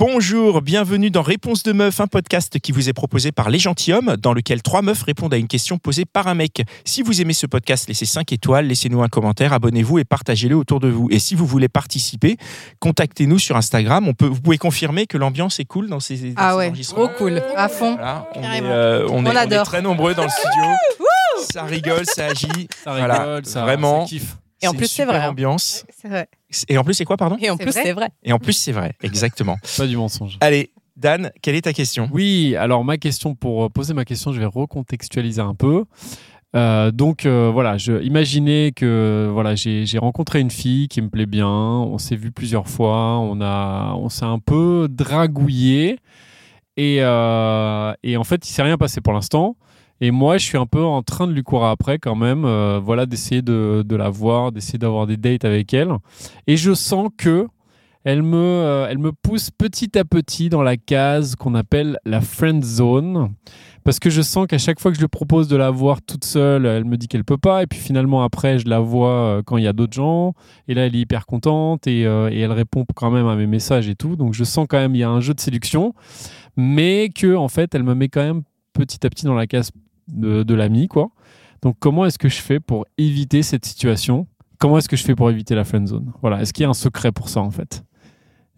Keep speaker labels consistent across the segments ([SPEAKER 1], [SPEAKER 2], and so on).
[SPEAKER 1] Bonjour, bienvenue dans Réponse de Meuf, un podcast qui vous est proposé par Les Gentilhommes, dans lequel trois meufs répondent à une question posée par un mec. Si vous aimez ce podcast, laissez 5 étoiles, laissez-nous un commentaire, abonnez-vous et partagez-le autour de vous. Et si vous voulez participer, contactez-nous sur Instagram. On peut, vous pouvez confirmer que l'ambiance est cool dans ces, dans
[SPEAKER 2] Ah
[SPEAKER 1] ces
[SPEAKER 2] ouais,
[SPEAKER 1] enregistrements.
[SPEAKER 2] trop cool, à fond.
[SPEAKER 1] Voilà, on, est,
[SPEAKER 3] Carrément.
[SPEAKER 1] euh, on est-
[SPEAKER 2] On
[SPEAKER 1] on est
[SPEAKER 2] adore.
[SPEAKER 1] très nombreux dans le studio. ça rigole, ça agit.
[SPEAKER 4] Ça
[SPEAKER 1] Voilà,
[SPEAKER 4] rigole, ça,
[SPEAKER 1] vraiment.
[SPEAKER 4] ça kiffe.
[SPEAKER 2] Et en
[SPEAKER 1] une
[SPEAKER 2] plus, c'est
[SPEAKER 1] super
[SPEAKER 2] vrai, hein.
[SPEAKER 1] ambiance.
[SPEAKER 3] C'est vrai.
[SPEAKER 1] Et en plus, c'est quoi, pardon
[SPEAKER 2] Et en
[SPEAKER 3] C'est
[SPEAKER 2] plus,
[SPEAKER 3] vrai
[SPEAKER 2] c'est vrai.
[SPEAKER 1] Et en plus, c'est vrai, exactement.
[SPEAKER 4] Pas du mensonge.
[SPEAKER 1] Allez, Dan, quelle est ta question
[SPEAKER 4] Oui, alors ma question, pour euh, poser ma question, je vais recontextualiser un peu. Euh, donc euh, voilà, je, imaginez que voilà, j'ai j'ai rencontré une fille qui me plaît bien, on s'est vu plusieurs fois, on, a- on s'est un peu dragouillé et, euh, et en fait il s'est rien passé pour l'instant. Et moi je suis un peu en train de lui courir après quand même, euh, voilà, d'essayer de, de la voir, d'essayer d'avoir des dates avec elle. Et je sens que elle me, euh, elle me pousse petit à petit dans la case qu'on appelle la friend zone. Parce que je sens qu'à chaque fois que je lui propose de la voir toute seule, elle me dit qu'elle peut pas. Et puis finalement, après, je la vois euh, quand il y a d'autres gens. Et là, elle est hyper contente et, euh, et elle répond quand même à mes messages et tout. Donc je sens quand même qu'il y a un jeu de séduction. Mais que, en fait, elle me met quand même petit à petit dans la case de, de l'ami, quoi. Donc comment est-ce que je fais pour éviter cette situation Comment est-ce que je fais pour éviter la friend zone Voilà, est-ce qu'il y a un secret pour ça, en fait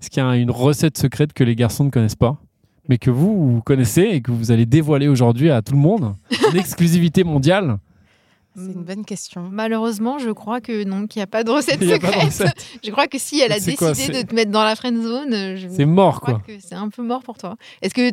[SPEAKER 4] est-ce qu'il y a une recette secrète que les garçons ne connaissent pas, mais que vous, vous connaissez et que vous allez dévoiler aujourd'hui à tout le monde Une exclusivité mondiale
[SPEAKER 2] C'est une bonne question.
[SPEAKER 3] Mm. Malheureusement, je crois que non, qu'il n'y a pas de recette
[SPEAKER 4] Il y a pas de
[SPEAKER 3] secrète.
[SPEAKER 4] recette.
[SPEAKER 3] Je crois que si elle a décidé
[SPEAKER 4] C'est quoi, c'est-
[SPEAKER 3] de te mettre dans la friend zone, je
[SPEAKER 4] C'est mort,
[SPEAKER 3] crois
[SPEAKER 4] quoi.
[SPEAKER 3] que c'est un peu mort pour toi. Est-ce que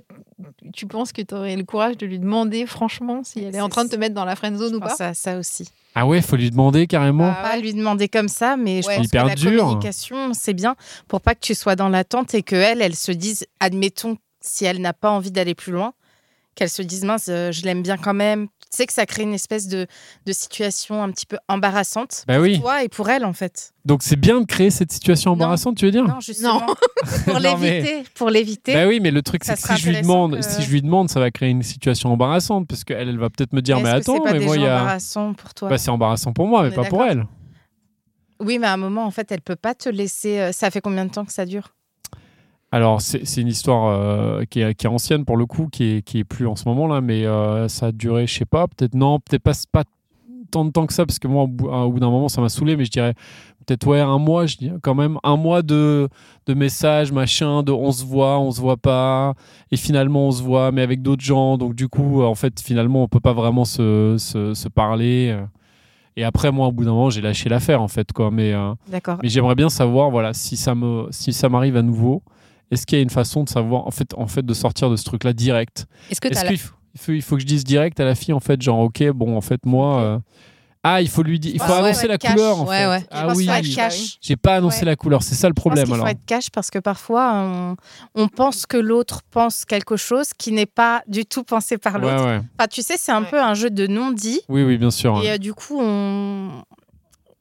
[SPEAKER 3] tu penses que tu aurais le courage de lui demander franchement si elle est en
[SPEAKER 2] C'est-
[SPEAKER 3] train de te mettre dans la friend zone ou pas
[SPEAKER 2] pense à ça aussi. Bah
[SPEAKER 4] Ah ouais, faut lui demander carrément.
[SPEAKER 3] Ah
[SPEAKER 2] Pas
[SPEAKER 3] ouais.
[SPEAKER 2] lui demander comme ça, mais je
[SPEAKER 3] Ouais.
[SPEAKER 2] pense
[SPEAKER 4] Hyper
[SPEAKER 2] que la
[SPEAKER 4] dur.
[SPEAKER 2] communication, c'est bien pour pas que tu sois dans l'attente et que elle, elle se dise, admettons, si elle n'a pas envie d'aller plus loin, qu'elle se dise, mince, euh, je l'aime bien quand même. Tu sais que ça crée une espèce de, de situation un petit peu embarrassante.
[SPEAKER 4] Bah oui.
[SPEAKER 2] Toi et pour elle, en fait.
[SPEAKER 4] Donc c'est bien de créer cette situation embarrassante, tu veux dire
[SPEAKER 2] Non, justement. pour
[SPEAKER 4] Non, mais-
[SPEAKER 2] l'éviter. Pour l'éviter.
[SPEAKER 4] Bah oui, mais le truc
[SPEAKER 2] Ça
[SPEAKER 4] c'est que
[SPEAKER 2] serait
[SPEAKER 4] si je lui
[SPEAKER 2] intéressant
[SPEAKER 4] demande,
[SPEAKER 2] que-
[SPEAKER 4] si je lui demande, ça va créer une situation embarrassante parce qu'elle, elle va peut-être me dire,
[SPEAKER 2] Est-ce
[SPEAKER 4] mais
[SPEAKER 2] que c'est
[SPEAKER 4] attends,
[SPEAKER 2] pas
[SPEAKER 4] mais
[SPEAKER 2] déjà
[SPEAKER 4] moi il y a,
[SPEAKER 2] embarrassant pour toi.
[SPEAKER 4] bah c'est embarrassant pour moi, mais
[SPEAKER 2] est
[SPEAKER 4] pas pour elle.
[SPEAKER 2] Oui, mais à un moment, en fait, elle peut pas te laisser. euh, Ça fait combien de temps que ça dure
[SPEAKER 4] Alors, c'est c'est une histoire euh, qui, est, qui est ancienne pour le coup, qui est, qui est plus en ce moment là, mais euh, ça a duré, je sais pas, peut-être non, peut-être pas, pas tant de temps que ça, parce que moi, au bout, au bout d'un moment, ça m'a saoulé, mais je dirais peut-être ouais, un mois, je dis quand même, un mois de, de messages, machin, de on se voit, on se voit pas, et finalement on se voit, mais avec d'autres gens, donc du coup, euh, en fait, finalement, on peut pas vraiment se, se, se parler. euh. Et après, moi, au bout d'un moment, j'ai lâché l'affaire, en fait, quoi, mais. euh,
[SPEAKER 2] D'accord.
[SPEAKER 4] mais j'aimerais bien savoir, voilà, si ça me, si ça m'arrive à nouveau, est-ce qu'il y a une façon de savoir, en fait, en fait, de sortir de ce truc-là direct
[SPEAKER 2] Est-ce que
[SPEAKER 4] Est-ce qu'il faut, il faut, il faut que je dise direct à la fille, en fait, genre, ok, bon, en fait, moi, euh, ah, il faut lui dire, il
[SPEAKER 2] Ah,
[SPEAKER 4] faut
[SPEAKER 2] ouais,
[SPEAKER 4] annoncer
[SPEAKER 2] ouais,
[SPEAKER 4] la
[SPEAKER 2] cash,
[SPEAKER 4] couleur, en
[SPEAKER 2] ouais,
[SPEAKER 4] fait.
[SPEAKER 2] ouais.
[SPEAKER 4] Ah
[SPEAKER 3] pense
[SPEAKER 4] oui,
[SPEAKER 3] pas
[SPEAKER 2] être cash
[SPEAKER 4] j'ai pas annoncé
[SPEAKER 2] Ouais.
[SPEAKER 4] la couleur, c'est ça le
[SPEAKER 2] Je pense
[SPEAKER 4] problème
[SPEAKER 2] qu'il faut
[SPEAKER 4] alors.
[SPEAKER 2] être cash parce que parfois, on, on pense que l'autre pense quelque chose qui n'est pas du tout pensé par l'autre.
[SPEAKER 4] Ouais, ouais.
[SPEAKER 2] Enfin, tu sais, c'est un
[SPEAKER 3] Ouais.
[SPEAKER 2] peu un jeu de non-dit.
[SPEAKER 4] Oui, oui, bien sûr.
[SPEAKER 2] Et euh, du coup, on,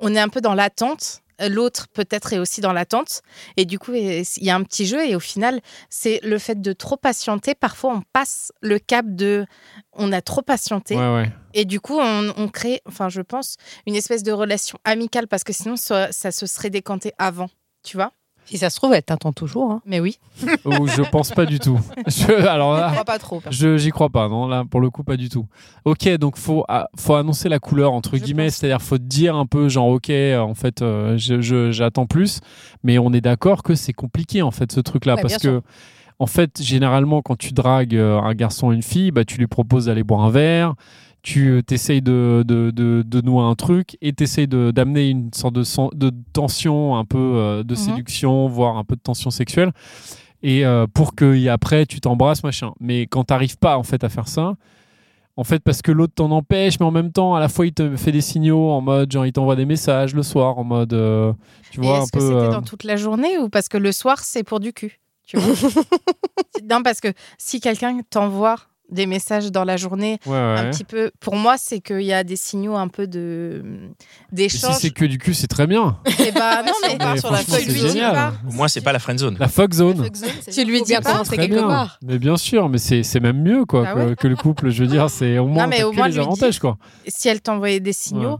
[SPEAKER 2] on est un peu dans l'attente. Euh, L'autre, peut-être, est aussi dans l'attente. Et du coup, et- il y a un petit jeu. Et au final, c'est le fait de trop patienter. Parfois, on passe le cap de on a trop patienté.
[SPEAKER 4] ouais, ouais.
[SPEAKER 2] Et du coup, on, on crée, enfin, je pense, une espèce de relation amicale parce que sinon, ça, ça se serait décanté avant, tu vois
[SPEAKER 5] Si ça se trouve, elle t'attend toujours. Hein.
[SPEAKER 2] Mais oui.
[SPEAKER 4] Ou Oh, je pense pas du tout. Je- alors là,
[SPEAKER 5] pas trop.
[SPEAKER 4] Je j'y crois pas, non, là pour le coup pas du tout. Ok, donc faut ah, faut annoncer la couleur entre
[SPEAKER 2] Je
[SPEAKER 4] guillemets,
[SPEAKER 2] pense.
[SPEAKER 4] c'est-à-dire faut dire un peu genre ok, euh, en fait euh, je- je- j'attends plus, mais on est d'accord que c'est compliqué en fait ce truc-là
[SPEAKER 5] Ouais,
[SPEAKER 4] parce
[SPEAKER 5] bien
[SPEAKER 4] que en fait généralement quand tu dragues euh, un garçon ou une fille, bah tu lui proposes d'aller boire un verre, tu euh, t'essayes de, de, de, de nouer un truc et t'essayes de- d'amener une sorte de, sen- de tension, un peu euh, de
[SPEAKER 2] Mhm.
[SPEAKER 4] séduction, voire un peu de tension sexuelle. Et euh, pour que et après tu t'embrasses, machin. Mais quand t'arrives pas en fait à faire ça, en fait parce que l'autre t'en empêche, mais en même temps à la fois il te fait des signaux en mode genre il t'envoie des messages le soir en mode euh, tu
[SPEAKER 2] Et
[SPEAKER 4] vois un
[SPEAKER 2] est-ce que
[SPEAKER 4] peu.
[SPEAKER 2] c'était
[SPEAKER 4] euh,
[SPEAKER 2] dans toute la journée ou parce que le soir, c'est pour du cul tu vois Non, parce que si quelqu'un t'envoie des messages dans la journée,
[SPEAKER 4] ouais, ouais.
[SPEAKER 2] un petit peu, pour moi, c'est qu'il y a des signaux un peu de
[SPEAKER 4] Et si
[SPEAKER 2] d'échange.
[SPEAKER 4] c'est que du cul, c'est très bien.
[SPEAKER 2] Eh ben, non, mais
[SPEAKER 5] on part
[SPEAKER 4] Mais
[SPEAKER 5] sur la
[SPEAKER 4] franchement,
[SPEAKER 5] feuille,
[SPEAKER 2] tu
[SPEAKER 4] c'est
[SPEAKER 2] lui dis
[SPEAKER 4] génial.
[SPEAKER 2] pas.
[SPEAKER 1] Au moins, c'est pas la friend zone.
[SPEAKER 4] La fuck zone.
[SPEAKER 2] Tu lui dis
[SPEAKER 5] bien
[SPEAKER 2] pas
[SPEAKER 5] commencer
[SPEAKER 4] Très
[SPEAKER 5] Ah, quelque
[SPEAKER 4] bien.
[SPEAKER 5] part. Bah
[SPEAKER 4] Mais bien sûr, mais c'est c'est même mieux quoi
[SPEAKER 2] Ah
[SPEAKER 4] que,
[SPEAKER 2] ouais
[SPEAKER 4] que le couple. Je veux dire, c'est au moins
[SPEAKER 2] mais
[SPEAKER 4] t'as
[SPEAKER 2] au
[SPEAKER 4] que
[SPEAKER 2] moins,
[SPEAKER 4] les
[SPEAKER 2] lui dire.
[SPEAKER 4] avantages quoi.
[SPEAKER 2] Si elle t'envoyait des signaux,
[SPEAKER 4] Ouais.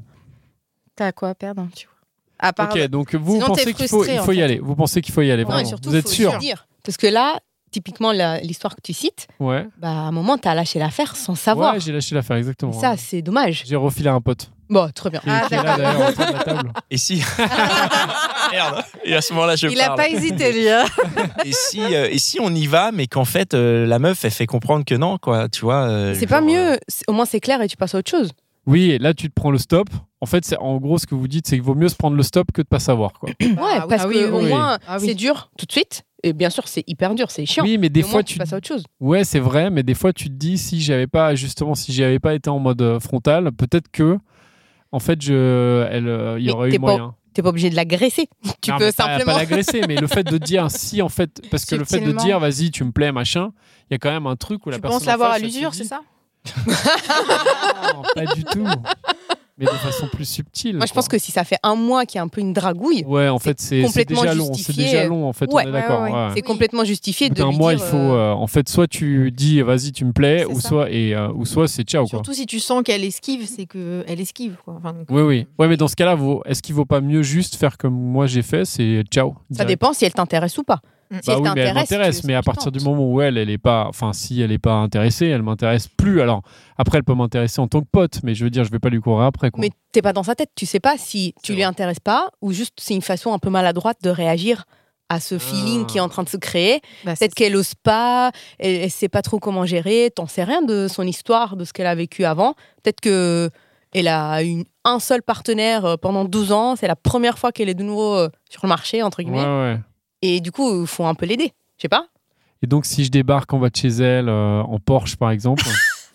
[SPEAKER 2] t'as quoi à perdre, hein, tu vois À part
[SPEAKER 4] Ok, donc vous
[SPEAKER 2] Sinon, t'es
[SPEAKER 4] pensez qu'il faut,
[SPEAKER 2] frustré,
[SPEAKER 4] il
[SPEAKER 2] en
[SPEAKER 4] faut y
[SPEAKER 2] fait.
[SPEAKER 4] aller. Vous pensez qu'il faut y aller.
[SPEAKER 5] Non, et
[SPEAKER 4] vraiment.
[SPEAKER 5] surtout,
[SPEAKER 4] vous êtes
[SPEAKER 5] faut
[SPEAKER 4] sûr
[SPEAKER 5] dire. Parce que là, typiquement, la- l'histoire que tu cites,
[SPEAKER 4] Ouais.
[SPEAKER 5] bah, à un moment, tu as lâché l'affaire sans savoir.
[SPEAKER 4] Ouais, hein. j'ai lâché l'affaire, exactement.
[SPEAKER 5] ça, c'est dommage.
[SPEAKER 4] J'ai refilé à un pote.
[SPEAKER 5] Bon, très bien.
[SPEAKER 4] Qui,
[SPEAKER 2] Ah,
[SPEAKER 4] qui est là,
[SPEAKER 2] d'accord.
[SPEAKER 4] d'ailleurs, autour de la table.
[SPEAKER 1] Et si. Merde Et à ce moment-là, je
[SPEAKER 2] Il n'a
[SPEAKER 1] parle.
[SPEAKER 2] pas hésité, lui. hein.
[SPEAKER 1] Et, si, euh, et si on y va, mais qu'en fait, euh, la meuf, elle fait comprendre que non, quoi, tu vois. euh,
[SPEAKER 5] C'est pas
[SPEAKER 1] genre, euh,
[SPEAKER 5] mieux. C'est- Au moins, c'est clair et tu passes à autre chose.
[SPEAKER 4] Oui, et là, tu te prends le stop. En fait, c'est en gros, ce que vous dites, c'est qu'il vaut mieux se prendre le stop que de pas savoir. Quoi.
[SPEAKER 5] ouais, parce
[SPEAKER 3] oui, oui,
[SPEAKER 5] que au
[SPEAKER 4] Ah oui.
[SPEAKER 5] moins,
[SPEAKER 3] Ah oui.
[SPEAKER 5] c'est dur tout de suite. Et bien sûr, c'est hyper dur, c'est chiant.
[SPEAKER 4] Oui, mais
[SPEAKER 5] Mais
[SPEAKER 4] des
[SPEAKER 5] au
[SPEAKER 4] fois,
[SPEAKER 5] moins,
[SPEAKER 4] tu,
[SPEAKER 5] passes à autre chose.
[SPEAKER 4] Ouais, c'est vrai, mais des fois tu te dis si j'avais pas justement si j'y avais pas été en mode euh, frontal, peut-être que en fait je elle euh, il y
[SPEAKER 5] Mais
[SPEAKER 4] aurait eu
[SPEAKER 5] t'es pas-
[SPEAKER 4] moyen.
[SPEAKER 5] T'es pas obligé de l'agresser. tu
[SPEAKER 4] Non,
[SPEAKER 5] peux
[SPEAKER 4] mais pas-
[SPEAKER 5] simplement.
[SPEAKER 4] pas l'agresser, mais le fait de dire si en fait parce que le fait de
[SPEAKER 2] Subtilement.
[SPEAKER 4] dire vas-y, tu me plais machin, il y a quand même un truc où la
[SPEAKER 3] Tu
[SPEAKER 4] personne
[SPEAKER 3] penses l'avoir
[SPEAKER 4] en
[SPEAKER 3] à
[SPEAKER 4] face, elle se
[SPEAKER 3] l'usure,
[SPEAKER 4] dit,
[SPEAKER 3] c'est ça
[SPEAKER 4] Non, pas du tout. Mais de façon plus subtile.
[SPEAKER 5] Moi, je
[SPEAKER 4] quoi.
[SPEAKER 5] pense que si ça fait un mois qu'il y a un peu une dragouille,
[SPEAKER 4] Ouais, en fait, c'est c'est
[SPEAKER 5] complètement
[SPEAKER 4] déjà long, c'est
[SPEAKER 5] justifié.
[SPEAKER 4] déjà long en fait,
[SPEAKER 5] Ouais,
[SPEAKER 4] on est
[SPEAKER 3] ouais,
[SPEAKER 4] d'accord.
[SPEAKER 3] ouais,
[SPEAKER 4] ouais.
[SPEAKER 5] c'est
[SPEAKER 3] Oui.
[SPEAKER 5] complètement justifié
[SPEAKER 4] Au bout
[SPEAKER 5] de
[SPEAKER 4] d'un
[SPEAKER 5] lui
[SPEAKER 4] mois, il
[SPEAKER 5] dire,
[SPEAKER 4] faut
[SPEAKER 5] euh,
[SPEAKER 4] euh, en fait soit tu dis vas-y, tu me plais
[SPEAKER 2] C'est
[SPEAKER 4] ou
[SPEAKER 2] ça.
[SPEAKER 4] soit et euh, ou soit c'est ciao quoi.
[SPEAKER 3] Surtout si tu sens qu'elle esquive, c'est que elle esquive. Quoi. Enfin, donc,
[SPEAKER 4] Oui, oui. Ouais, mais dans ce cas-là, vaut- est-ce qu'il vaut pas mieux juste faire comme moi j'ai fait C'est ciao.
[SPEAKER 5] Ça
[SPEAKER 4] direct.
[SPEAKER 5] dépend si elle t'intéresse ou pas.
[SPEAKER 3] Mm.
[SPEAKER 5] Si
[SPEAKER 4] Bah
[SPEAKER 5] elle
[SPEAKER 4] oui, mais elle
[SPEAKER 5] t'intéresse,
[SPEAKER 4] m'intéresse,
[SPEAKER 5] tu-
[SPEAKER 4] mais à
[SPEAKER 5] tu
[SPEAKER 4] partir du
[SPEAKER 5] tentes.
[SPEAKER 4] moment où elle, elle est pas, enfin, si elle est pas intéressée, elle m'intéresse plus. Alors après, elle peut m'intéresser en tant que pote, mais je veux dire, je vais pas lui courir après, quoi.
[SPEAKER 5] Mais t'es pas dans sa tête, tu sais pas si tu lui
[SPEAKER 4] vrai.
[SPEAKER 5] intéresses pas ou juste c'est une façon un peu maladroite de réagir à ce feeling qui est en train de se créer.
[SPEAKER 2] Bah, c'est
[SPEAKER 5] Peut-être qu'elle ose pas, elle, elle sait pas trop comment gérer, t'en sais rien de son histoire, de ce qu'elle a vécu avant. Peut-être que elle a eu un seul partenaire euh, pendant 12 ans, c'est la première fois qu'elle est de nouveau euh, sur le marché, entre
[SPEAKER 4] Ouais,
[SPEAKER 5] guillemets.
[SPEAKER 4] ouais.
[SPEAKER 5] Et du coup, il faut un peu l'aider. Je sais pas,
[SPEAKER 4] Et donc, si je débarque en bas de chez elle, euh, en Porsche par exemple,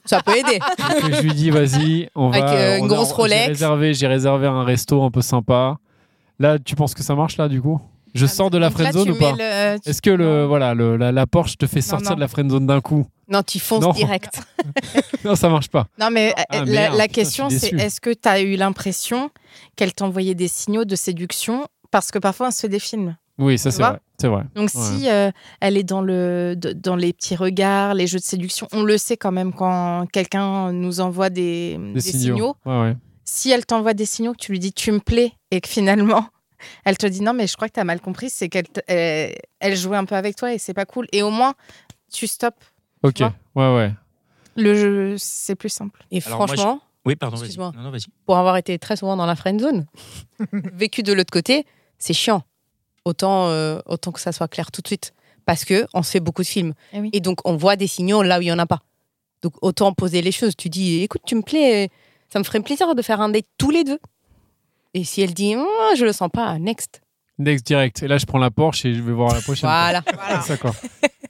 [SPEAKER 5] ça peut aider.
[SPEAKER 4] et que je lui dis, vas-y, on va.
[SPEAKER 5] Avec euh,
[SPEAKER 4] on
[SPEAKER 5] une
[SPEAKER 4] a-
[SPEAKER 5] grosse
[SPEAKER 4] J'ai
[SPEAKER 5] Rolex.
[SPEAKER 4] réservé, j'ai réservé un resto un peu sympa. Là, tu penses que ça marche là, du coup Je sors de la
[SPEAKER 2] Donc là,
[SPEAKER 4] friendzone
[SPEAKER 2] tu
[SPEAKER 4] ou pas
[SPEAKER 2] mets le- euh, tu-
[SPEAKER 4] Est-ce que le, voilà, le- la, la Porsche te fait sortir
[SPEAKER 2] non.
[SPEAKER 4] de la friendzone d'un coup
[SPEAKER 5] Non, tu fonces
[SPEAKER 4] Non.
[SPEAKER 5] direct.
[SPEAKER 4] Non, ça marche pas.
[SPEAKER 2] Non, mais
[SPEAKER 4] Ah,
[SPEAKER 2] euh, la,
[SPEAKER 4] merde,
[SPEAKER 2] la
[SPEAKER 4] putain,
[SPEAKER 2] question,
[SPEAKER 4] je suis
[SPEAKER 2] c'est
[SPEAKER 4] déçu.
[SPEAKER 2] est-ce que tu as eu l'impression qu'elle t'envoyait des signaux de séduction Parce que parfois, on se fait des films.
[SPEAKER 4] Oui, ça
[SPEAKER 2] Tu
[SPEAKER 4] c'est
[SPEAKER 2] vois
[SPEAKER 4] vrai. C'est vrai.
[SPEAKER 2] Donc,
[SPEAKER 4] Ouais.
[SPEAKER 2] si euh, elle est dans, le, de- dans les petits regards, les jeux de séduction, on le sait quand même quand quelqu'un nous envoie des,
[SPEAKER 4] Des, signaux. Ouais, ouais.
[SPEAKER 2] Si elle t'envoie des signaux, que tu lui dis tu me plais et que finalement, elle te dit non, mais je crois que tu as mal compris, c'est qu'elle t- elle, elle jouait un peu avec toi et c'est pas cool. Et au moins, tu stoppes.
[SPEAKER 4] Ok.
[SPEAKER 2] Tu
[SPEAKER 4] Ouais, ouais.
[SPEAKER 2] Le jeu, c'est plus simple.
[SPEAKER 5] Et
[SPEAKER 1] Alors, moi, je-
[SPEAKER 5] franchement.
[SPEAKER 1] Oui, pardon, vas-y.
[SPEAKER 5] Excuse-moi.
[SPEAKER 1] Non, non, vas-y.
[SPEAKER 5] pour avoir été très souvent dans la friend zone, vécu de l'autre côté, c'est chiant. Autant, euh, autant que ça soit clair tout de suite. Parce que on se fait beaucoup de films.
[SPEAKER 2] Eh oui.
[SPEAKER 5] Et donc, on voit des signaux là où il n'y en a pas. Donc, autant poser les choses. Tu dis, écoute, tu me plais, euh, ça me ferait plaisir de faire un date tous les deux. Et si elle dit, Hum, je le sens pas, next.
[SPEAKER 4] Next direct. Et là, je prends la Porsche et je vais voir la prochaine.
[SPEAKER 5] Voilà.
[SPEAKER 4] C'est ça quoi.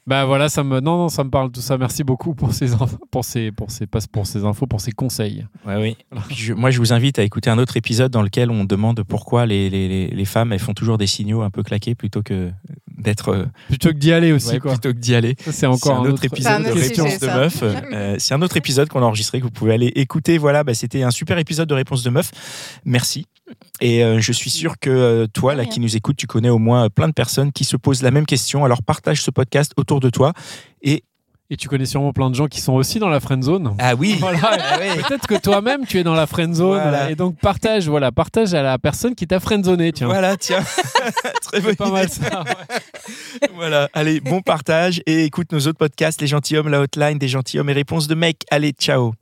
[SPEAKER 4] bah voilà, ça me non non, ça me parle tout ça. Merci beaucoup pour ces in- pour ces pour ces pas- pour ces infos, pour ces conseils.
[SPEAKER 1] Ouais, oui. Je- moi, je vous invite à écouter un autre épisode dans lequel on demande pourquoi les, les- les- les femmes, elles font toujours des signaux un peu claqués plutôt que d'être. euh,
[SPEAKER 4] Plutôt que d'y aller aussi
[SPEAKER 1] ouais,
[SPEAKER 4] quoi.
[SPEAKER 1] plutôt que d'y aller.
[SPEAKER 4] Ça, C'est
[SPEAKER 1] C'est
[SPEAKER 4] encore
[SPEAKER 1] un, autre épisode
[SPEAKER 2] C'est un
[SPEAKER 1] de
[SPEAKER 2] autre sujet,
[SPEAKER 1] Réponse de
[SPEAKER 2] ça.
[SPEAKER 1] Meuf. Euh, c'est un autre épisode qu'on a enregistré que vous pouvez aller écouter. Voilà, bah, c'était un super épisode de Réponse de Meuf. Merci. Et euh, je suis sûr que euh, toi, là, qui nous écoutes, tu connais au moins euh, plein de personnes qui se posent la même question. Alors partage ce podcast autour de toi.
[SPEAKER 4] Et tu connais sûrement plein de gens qui sont aussi dans la friend zone.
[SPEAKER 1] Ah oui.
[SPEAKER 4] Voilà. Peut-être que toi-même tu es dans la friend zone
[SPEAKER 1] Voilà.
[SPEAKER 4] et donc partage voilà, partage à la personne qui t'a friendzoné, tiens.
[SPEAKER 1] Voilà, tiens. Très bonne
[SPEAKER 4] C'est pas
[SPEAKER 1] idée.
[SPEAKER 4] mal ça.
[SPEAKER 1] Voilà. Allez, bon partage et écoute nos autres podcasts, Les Gentilshommes, La Hotline, Des Gentilshommes et Réponses de Mec. Allez, ciao.